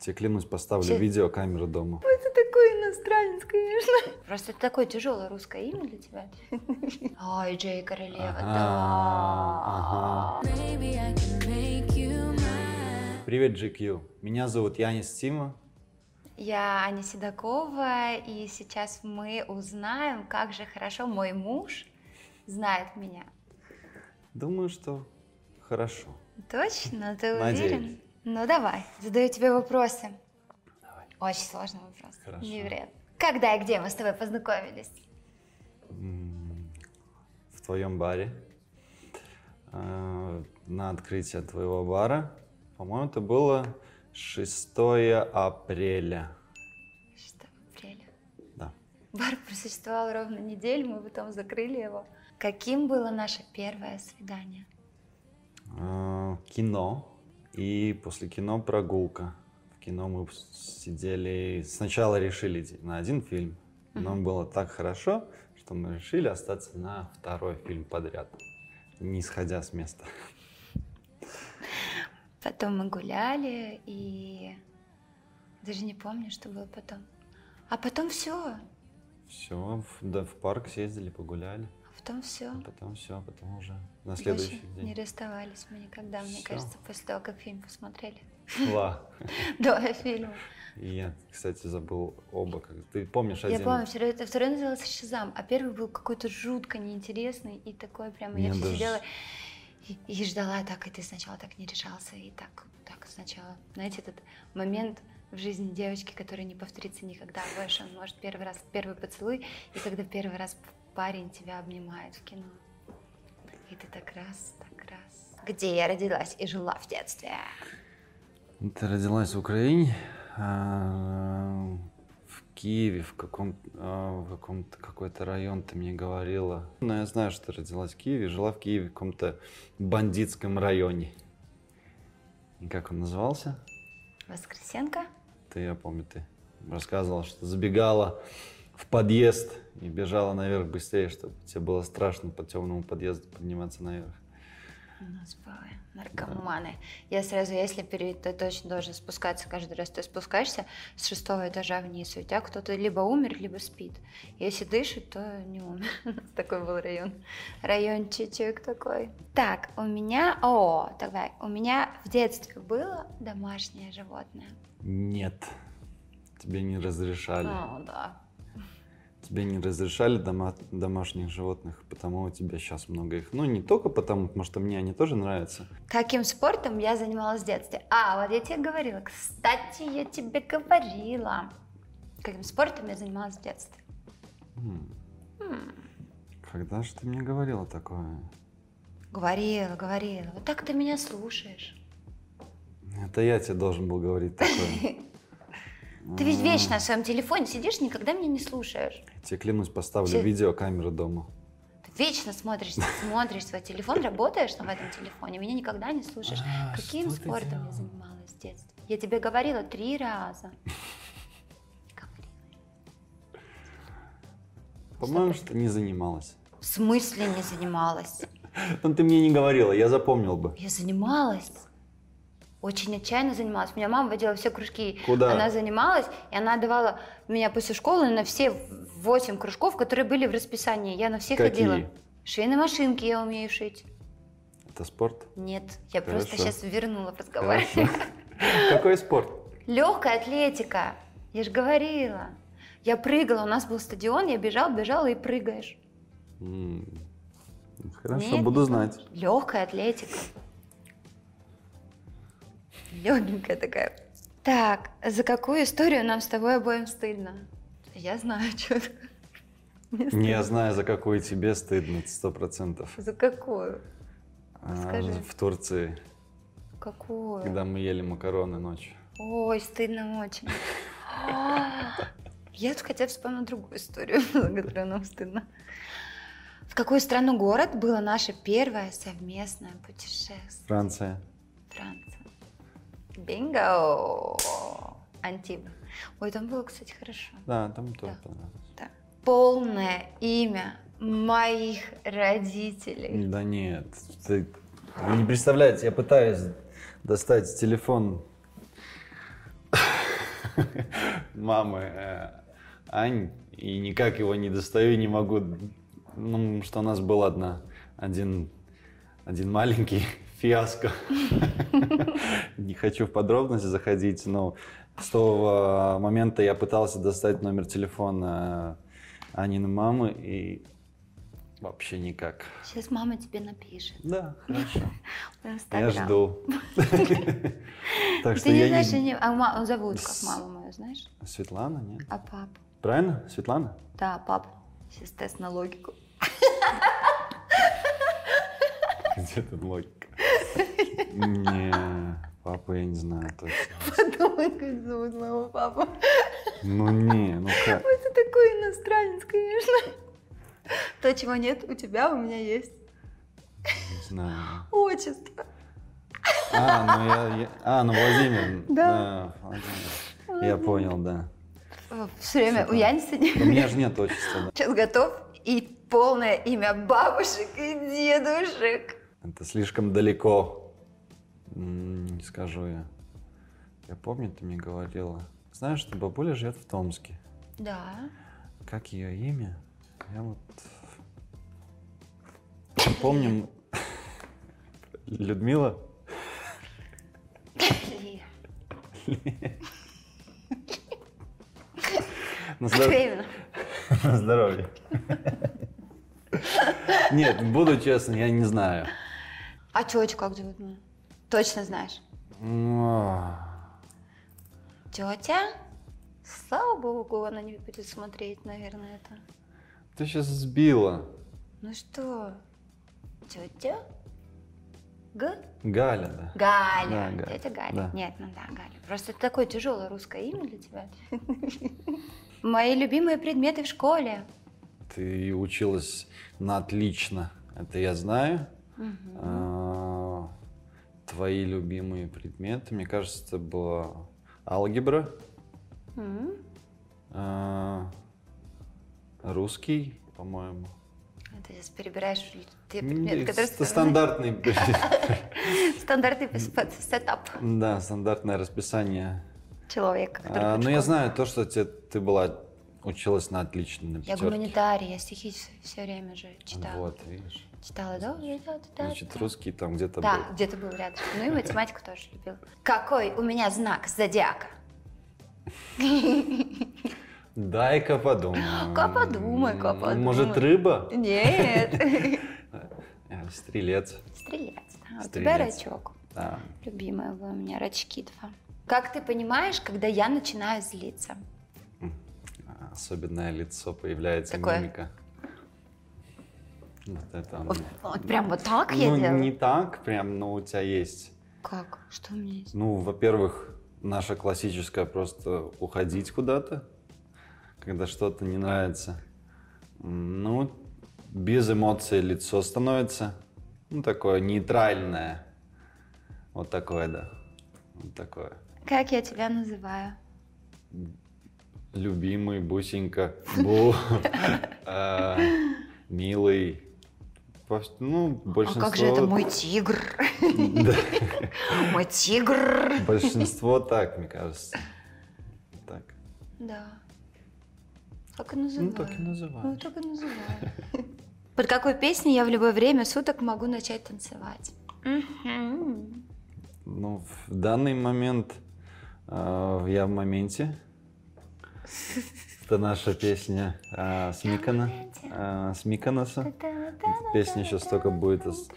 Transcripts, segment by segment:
Тебе клянусь, поставлю Че? видео камеры дома. Это такой иностранец, конечно. Просто это такое тяжелое русское имя для тебя. Ой, Джей Королева, Ага, да. Maybe I can make you mine. Привет, GQ. Меня зовут Янис Тима. Я Аня Седокова, и сейчас мы узнаем, как же хорошо мой муж знает меня. Думаю, что хорошо. Точно? Ты Надеюсь. уверен? Ну давай, задаю тебе вопросы. Давай. Очень сложный вопрос. Хорошо. Невероятно. Когда и где мы с тобой познакомились? М, М-м-м. В твоем баре. Э, На открытие твоего бара. По-моему, это было 6 апреля. Что, в апреле? Да. Бар просуществовал ровно неделю, мы потом закрыли его. Каким было наше первое свидание? Э, Кино. И после кино прогулка. В кино мы с- сидели... Сначала решили идти на один фильм. Нам было так хорошо, что мы решили остаться на второй фильм подряд. Не сходя с места. Потом мы гуляли и даже не помню, что было потом. А потом все. Все, да, в парк съездили, погуляли. А потом все. А Потом все, потом уже на следующий не день. расставались мы никогда, мне Всё. кажется, после того, как фильм посмотрели. Шла. До фильма. И я, кстати, забыл оба. как- Ты помнишь Я один? помню, второй, это второй назывался Шизам, а первый был какой-то жутко неинтересный и такой прямо я Мне всё даже- сидела и, и ждала так, и ты сначала так не решался, и так, так сначала. Знаете, этот момент в жизни девочки, который не повторится никогда больше, он может первый раз, первый поцелуй, и когда первый раз парень тебя обнимает в кино. И ты так раз, так раз. Где я родилась и жила в детстве. Ты родилась в Украине, а, в Киеве, в каком а, в каком-то какой-то район ты мне говорила. Но я знаю, что ты родилась в Киеве, жила в Киеве в каком-то бандитском районе. И как он назывался? Воскресенка? Ты, я помню, ты рассказывала, что забегала в подъезд и бежала наверх быстрее, чтобы тебе было страшно по темному подъезду подниматься наверх. У нас были наркоманы. Я сразу, если перед, ты точно должен спускаться каждый раз, ты спускаешься с шестого этажа вниз, и у тебя кто-то либо умер, либо спит. Если дышит, то не умер. Такой был район. Район Чичек такой. Так, у меня, о, давай, у меня в детстве было домашнее животное. Нет, тебе не разрешали. Ну да. Тебе не разрешали дома- домашних животных, потому у тебя сейчас много их. Ну, не только потому, потому что мне они тоже нравятся. Каким спортом я занималась в детстве? А, вот я тебе говорила. Кстати, я тебе говорила. Каким спортом я занималась в детстве? Хм. М, М. Когда же ты мне говорила такое? Говорила, говорила. Вот так ты меня слушаешь. Это я тебе должен был говорить такое. Ты ведь вечно на своем телефоне сидишь, никогда меня не слушаешь. Я тебе клянусь, поставлю Че- видео камеры дома. Ты вечно смотришь, смотришь свой телефон, работаешь на этом телефоне, меня никогда не слушаешь. А, Каким что ты спортом делала? я занималась в детстве? Я тебе говорила три раза. Говорила. По-моему, что не занималась. В смысле не занималась? Ну, ты мне не говорила, я запомнил бы. Я занималась. Очень отчаянно занималась. У меня мама водила все кружки. Куда? Она занималась, и она давала меня после школы на все восемь кружков, которые были в расписании. Я на все Какие? ходила. Швейной машинки я умею шить. Это спорт? Нет, я просто Хорошо. сейчас вернула в разговор. Хорошо. Какой спорт? Легкая атлетика. Я же говорила. Я прыгала, у нас был стадион, я бежала, бежала и прыгаешь. М, Хорошо, Нет, буду не знать. Легкая атлетика. Легенькая такая. Так, за какую историю нам с тобой обоим стыдно? Я знаю, что Не, Я знаю, за какую тебе стыдно, сто процентов. За какую? А, Скажи. В Турции, Какую? когда мы ели макароны ночью. Ой, стыдно очень. Я тут хотя бы вспомнила другую историю, за которую нам стыдно. В какую страну город было наше первое совместное путешествие? Франция. Франция. Бинго! Антибы. Ой, там было, кстати, хорошо. Да, там тоже. Да. Полное имя моих родителей. Да нет, ты вы не представляете, я пытаюсь достать телефон. мамы э, Ань, и никак его не достаю, не могу, ну, что у нас был одна, один, один маленький фиаско. Не хочу в подробности заходить, но с того э, момента я пытался достать номер телефона э, Анины мамы, и вообще никак. Сейчас мама тебе напишет. Да, хорошо. в Я Инстаграм. жду. Так что Ты не я знаешь, я не... не- а ма- зовут как С- маму мою, знаешь? Светлана, нет? А папу? Правильно? Светлана? Да, папу. Сейчас тест на логику. Где тут логика? Не, папу я не знаю точно. Подумай, как зовут моего папу. Ну не, ну как? Ой, ты такой иностранец, конечно. То, чего нет у тебя, у меня есть. Не знаю. Отчество. А, ну я, я- А, ну Владимир. Да. Владимир. Я понял, да. Все время у Супер. Яниса не У меня же нет отчества, Сейчас готов и полное имя бабушек и дедушек. да. Это слишком далеко. М, Не скажу я. Я помню, ты мне говорила. Знаешь, что бабуля живет в Томске. Да. Как ее имя? Я вот... Помним... Людмила? На здоров- Матвеевна. на Ну, здоровье. Нет, буду честно, я не знаю. А тетю как зовут? мою? Точно знаешь. М, Тетя? Слава богу, она не будет смотреть, наверное, это. Ты сейчас сбила. Ну что? Тетя? Г? Галя, да. Да, Галя. Галя. Тетя Галя. Да. Нет, ну да, Галя. Просто это такое тяжелое русское имя для тебя. Мои любимые предметы в школе. Ты училась на отлично, это я знаю. Мгм. А, Твои любимые предметы, мне кажется, это была алгебра, М. а, русский, по-моему. А Ты сейчас перебираешь ли- те предметы, М, которые ст- стандартный Стандартный, стандартный пос- под- сетап да, стандартное расписание. человека. который А, ходит Ну в я школу. знаю то, что те- ты была училась на отлично, на Я пятерке. гуманитарий, я стихи все время же читала. Вот, видишь. Читала, да? да, да, да, Значит, да. русский там где-то Да, был. где-то был рядом. Ну и математику тоже любил. Какой у меня знак зодиака? Дай-ка подумаю. Ка подумай, ка М, Может, подумай. рыба? Нет. Э, Стрелец. Стрелец. да. У тебя Стрелец. рачок. Да. Любимые вы у меня рачки два. Как ты понимаешь, когда я начинаю злиться? Особенное лицо появляется, Какое? мимика. Вот это оно. Вот, вот прям вот так я Ну, делаю? не так прям, но у тебя есть. Как? Что у меня есть? Ну, во-первых, наша классическая просто уходить куда-то, когда что-то не нравится. М, Ну, без эмоций лицо становится. Ну, такое нейтральное. Вот такое, да. Вот такое. Как я тебя называю? Любимый, бусенька, бу, э, милый. Во вс- Ну, большинство... А как же это мой тигр? Да. Мой тигр! Большинство так, мне кажется. Так. Да. Как и Ну, называю. так и Ну, называют. так и называю. Под какой песней я в любое время суток могу начать танцевать? Мгм. Ну, в данный момент э, я в моменте. Это наша песня э, с Микона, э, с Миконоса. Песня сейчас только будет. из-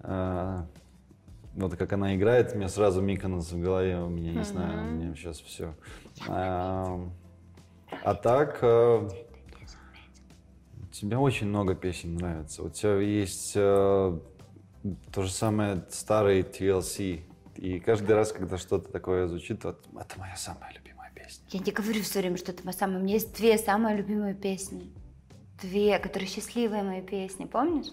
э, вот как она играет, у меня сразу Миконос в голове, у меня не знаю, у меня сейчас все. а так, э, у тебя очень много песен нравится. У тебя есть э, то же самое старые TLC. И каждый раз, когда что-то такое звучит, вот это моя самая любимая песня. Я не говорю все время, что это моя самая. У меня есть две самые любимые песни. Две, которые счастливые мои песни, помнишь?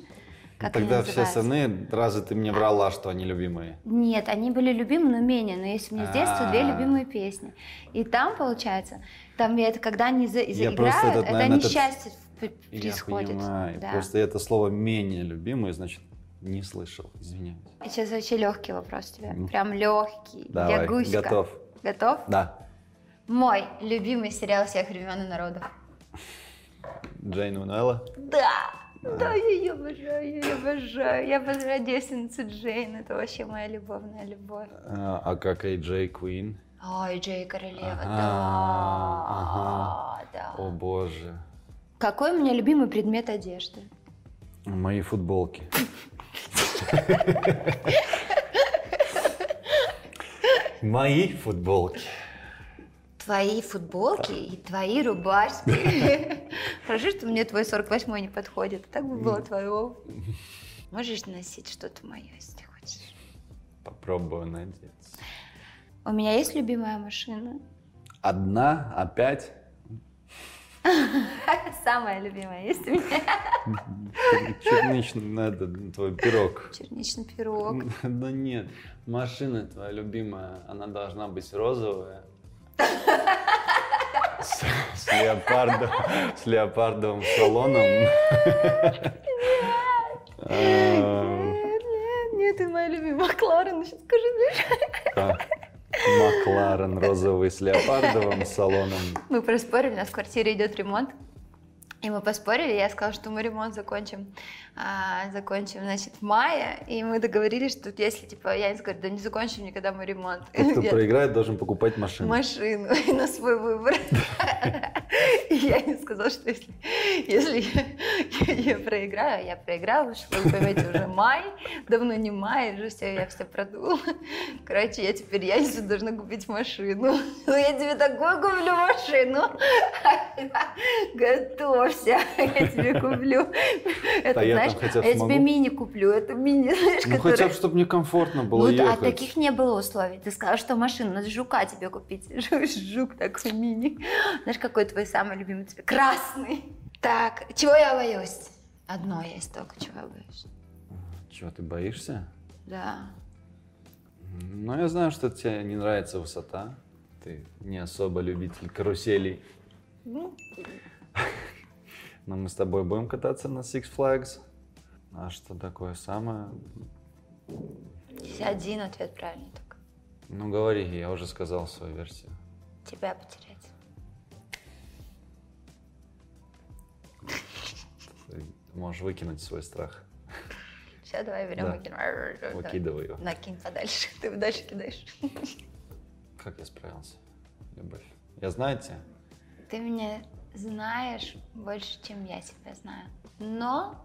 Как они Ну, Тогда все называются? остальные разы ты мне врала, что они любимые. Нет, они были любимы, но менее. Но есть у меня с детства две А. любимые песни. И там, получается, там я это когда они за- Я заиграют, просто этот, это наверное, этот- несчастье п- Я происходит. понимаю. Да. Просто это слово менее любимое, значит, не слышал. Извиняюсь. И Сейчас вообще легкий вопрос тебе. Мгм. Прям легкий. Давай, для гусика. готов. Готов? Да. Мой любимый сериал всех времен и народов. Джейн Унелла. Да! Да, я ее обожаю, я ее обожаю. Я обожаю девственницу Джейн. Это вообще моя любовная любовь. А а как Эй Джей Куин? Ой, Джей Королева, Ага, да, ага. да. О боже. Какой у меня любимый предмет одежды? Мои футболки. Мои футболки. Твои футболки и твои рубашки. Хорошо, что мне твой 48-й не подходит. Так бы было твоего. Можешь носить что-то мое, если хочешь. Попробую надеться. У меня есть любимая машина. Одна, опять. Самая любимая есть у меня. Черничный, надо твой пирог. Черничный пирог. Да нет, машина твоя любимая, она должна быть розовая. С, с леопардом, с леопардовым салоном. Эм, Нет, нет, нет, ты моя любимая ну Кларен. Сейчас скажи, знаешь, да. Макларен розовый с леопардовым салоном. Мы проспорили, у нас в квартире идет ремонт. И мы поспорили, я сказала, что мы ремонт закончим, а, закончим, значит, в мае, и мы договорились, что если, типа, я говорит, да не закончим никогда мы ремонт. Тот, кто Ну, Я- проиграет, должен покупать машину. машину и на свой выбор. И я не сказала, что если, если я, я- я проиграю, я проиграла, что вы поймете, уже май, давно не май, уже все, я все продула. Короче, я теперь я если должна купить машину. Ну, я тебе такую куплю машину. Готовься, я тебе куплю. Это, Да я там знаешь, хотя бы я тебе смогу. мини куплю, это мини, знаешь, Ну, хотя которая- бы, чтобы мне комфортно было ну, да, а ехать. таких не было условий. Ты сказала, что машину надо жука тебе купить. Жу- Жук такой мини. Знаешь, какой твой самый любимый цвет? Красный. Так, чего я боюсь? Одно есть только, чего я боюсь. Чего, ты боишься? Да. Ну, я знаю, что тебе не нравится высота. Ты не особо любитель каруселей. ну, Но мы с тобой будем кататься на Six Flags. А что такое самое? Здесь один ответ правильный только. Ну, говори, я уже сказал свою версию. Тебя потерять. Ты можешь выкинуть свой страх. Все, давай берем Да. выкинем. Р- р- р- давай. Выкидывай его. Накинь подальше. Ты дальше кидаешь. Как я справился? Любовь. Я знаю тебя. Ты меня знаешь больше, чем я тебя знаю. Но,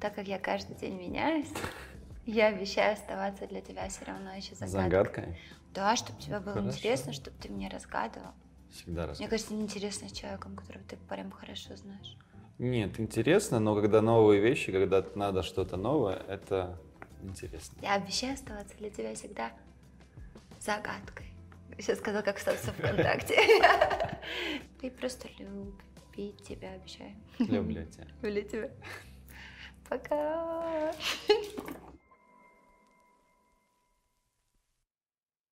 так как я каждый день меняюсь, я обещаю оставаться для тебя все равно еще загадкой. Загадкой. Да, чтобы тебе было Хорошо. интересно, чтобы ты мне разгадывал. Всегда раз. Мне кажется, неинтересно с человеком, которого ты прям хорошо знаешь. Нет, интересно, но когда новые вещи, когда надо что-то новое, это интересно. Я обещаю оставаться для тебя всегда загадкой. Сейчас сказала, как статус ВКонтакте. Ты просто любить тебя обещаю. Люблю тебя. Люблю тебя. Пока.